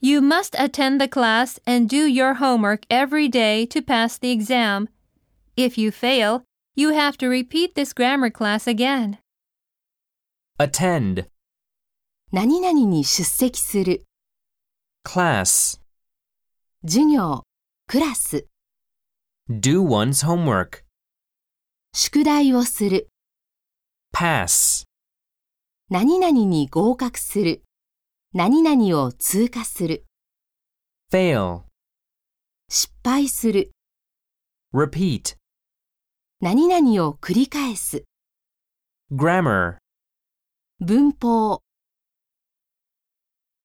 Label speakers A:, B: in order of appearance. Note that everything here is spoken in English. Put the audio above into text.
A: You must attend the class and do your homework every day to pass the exam. If you fail, you have to repeat this grammar class again.
B: attend,
C: 何々に出席する、
B: class,
C: 授業、クラス、
B: do one's homework,
C: 宿題をする、
B: pass,
C: 何々に合格する、何々を通過する、
B: fail,
C: 失敗する、
B: repeat,
C: 何々を繰り返す、
B: grammar.
C: 文法。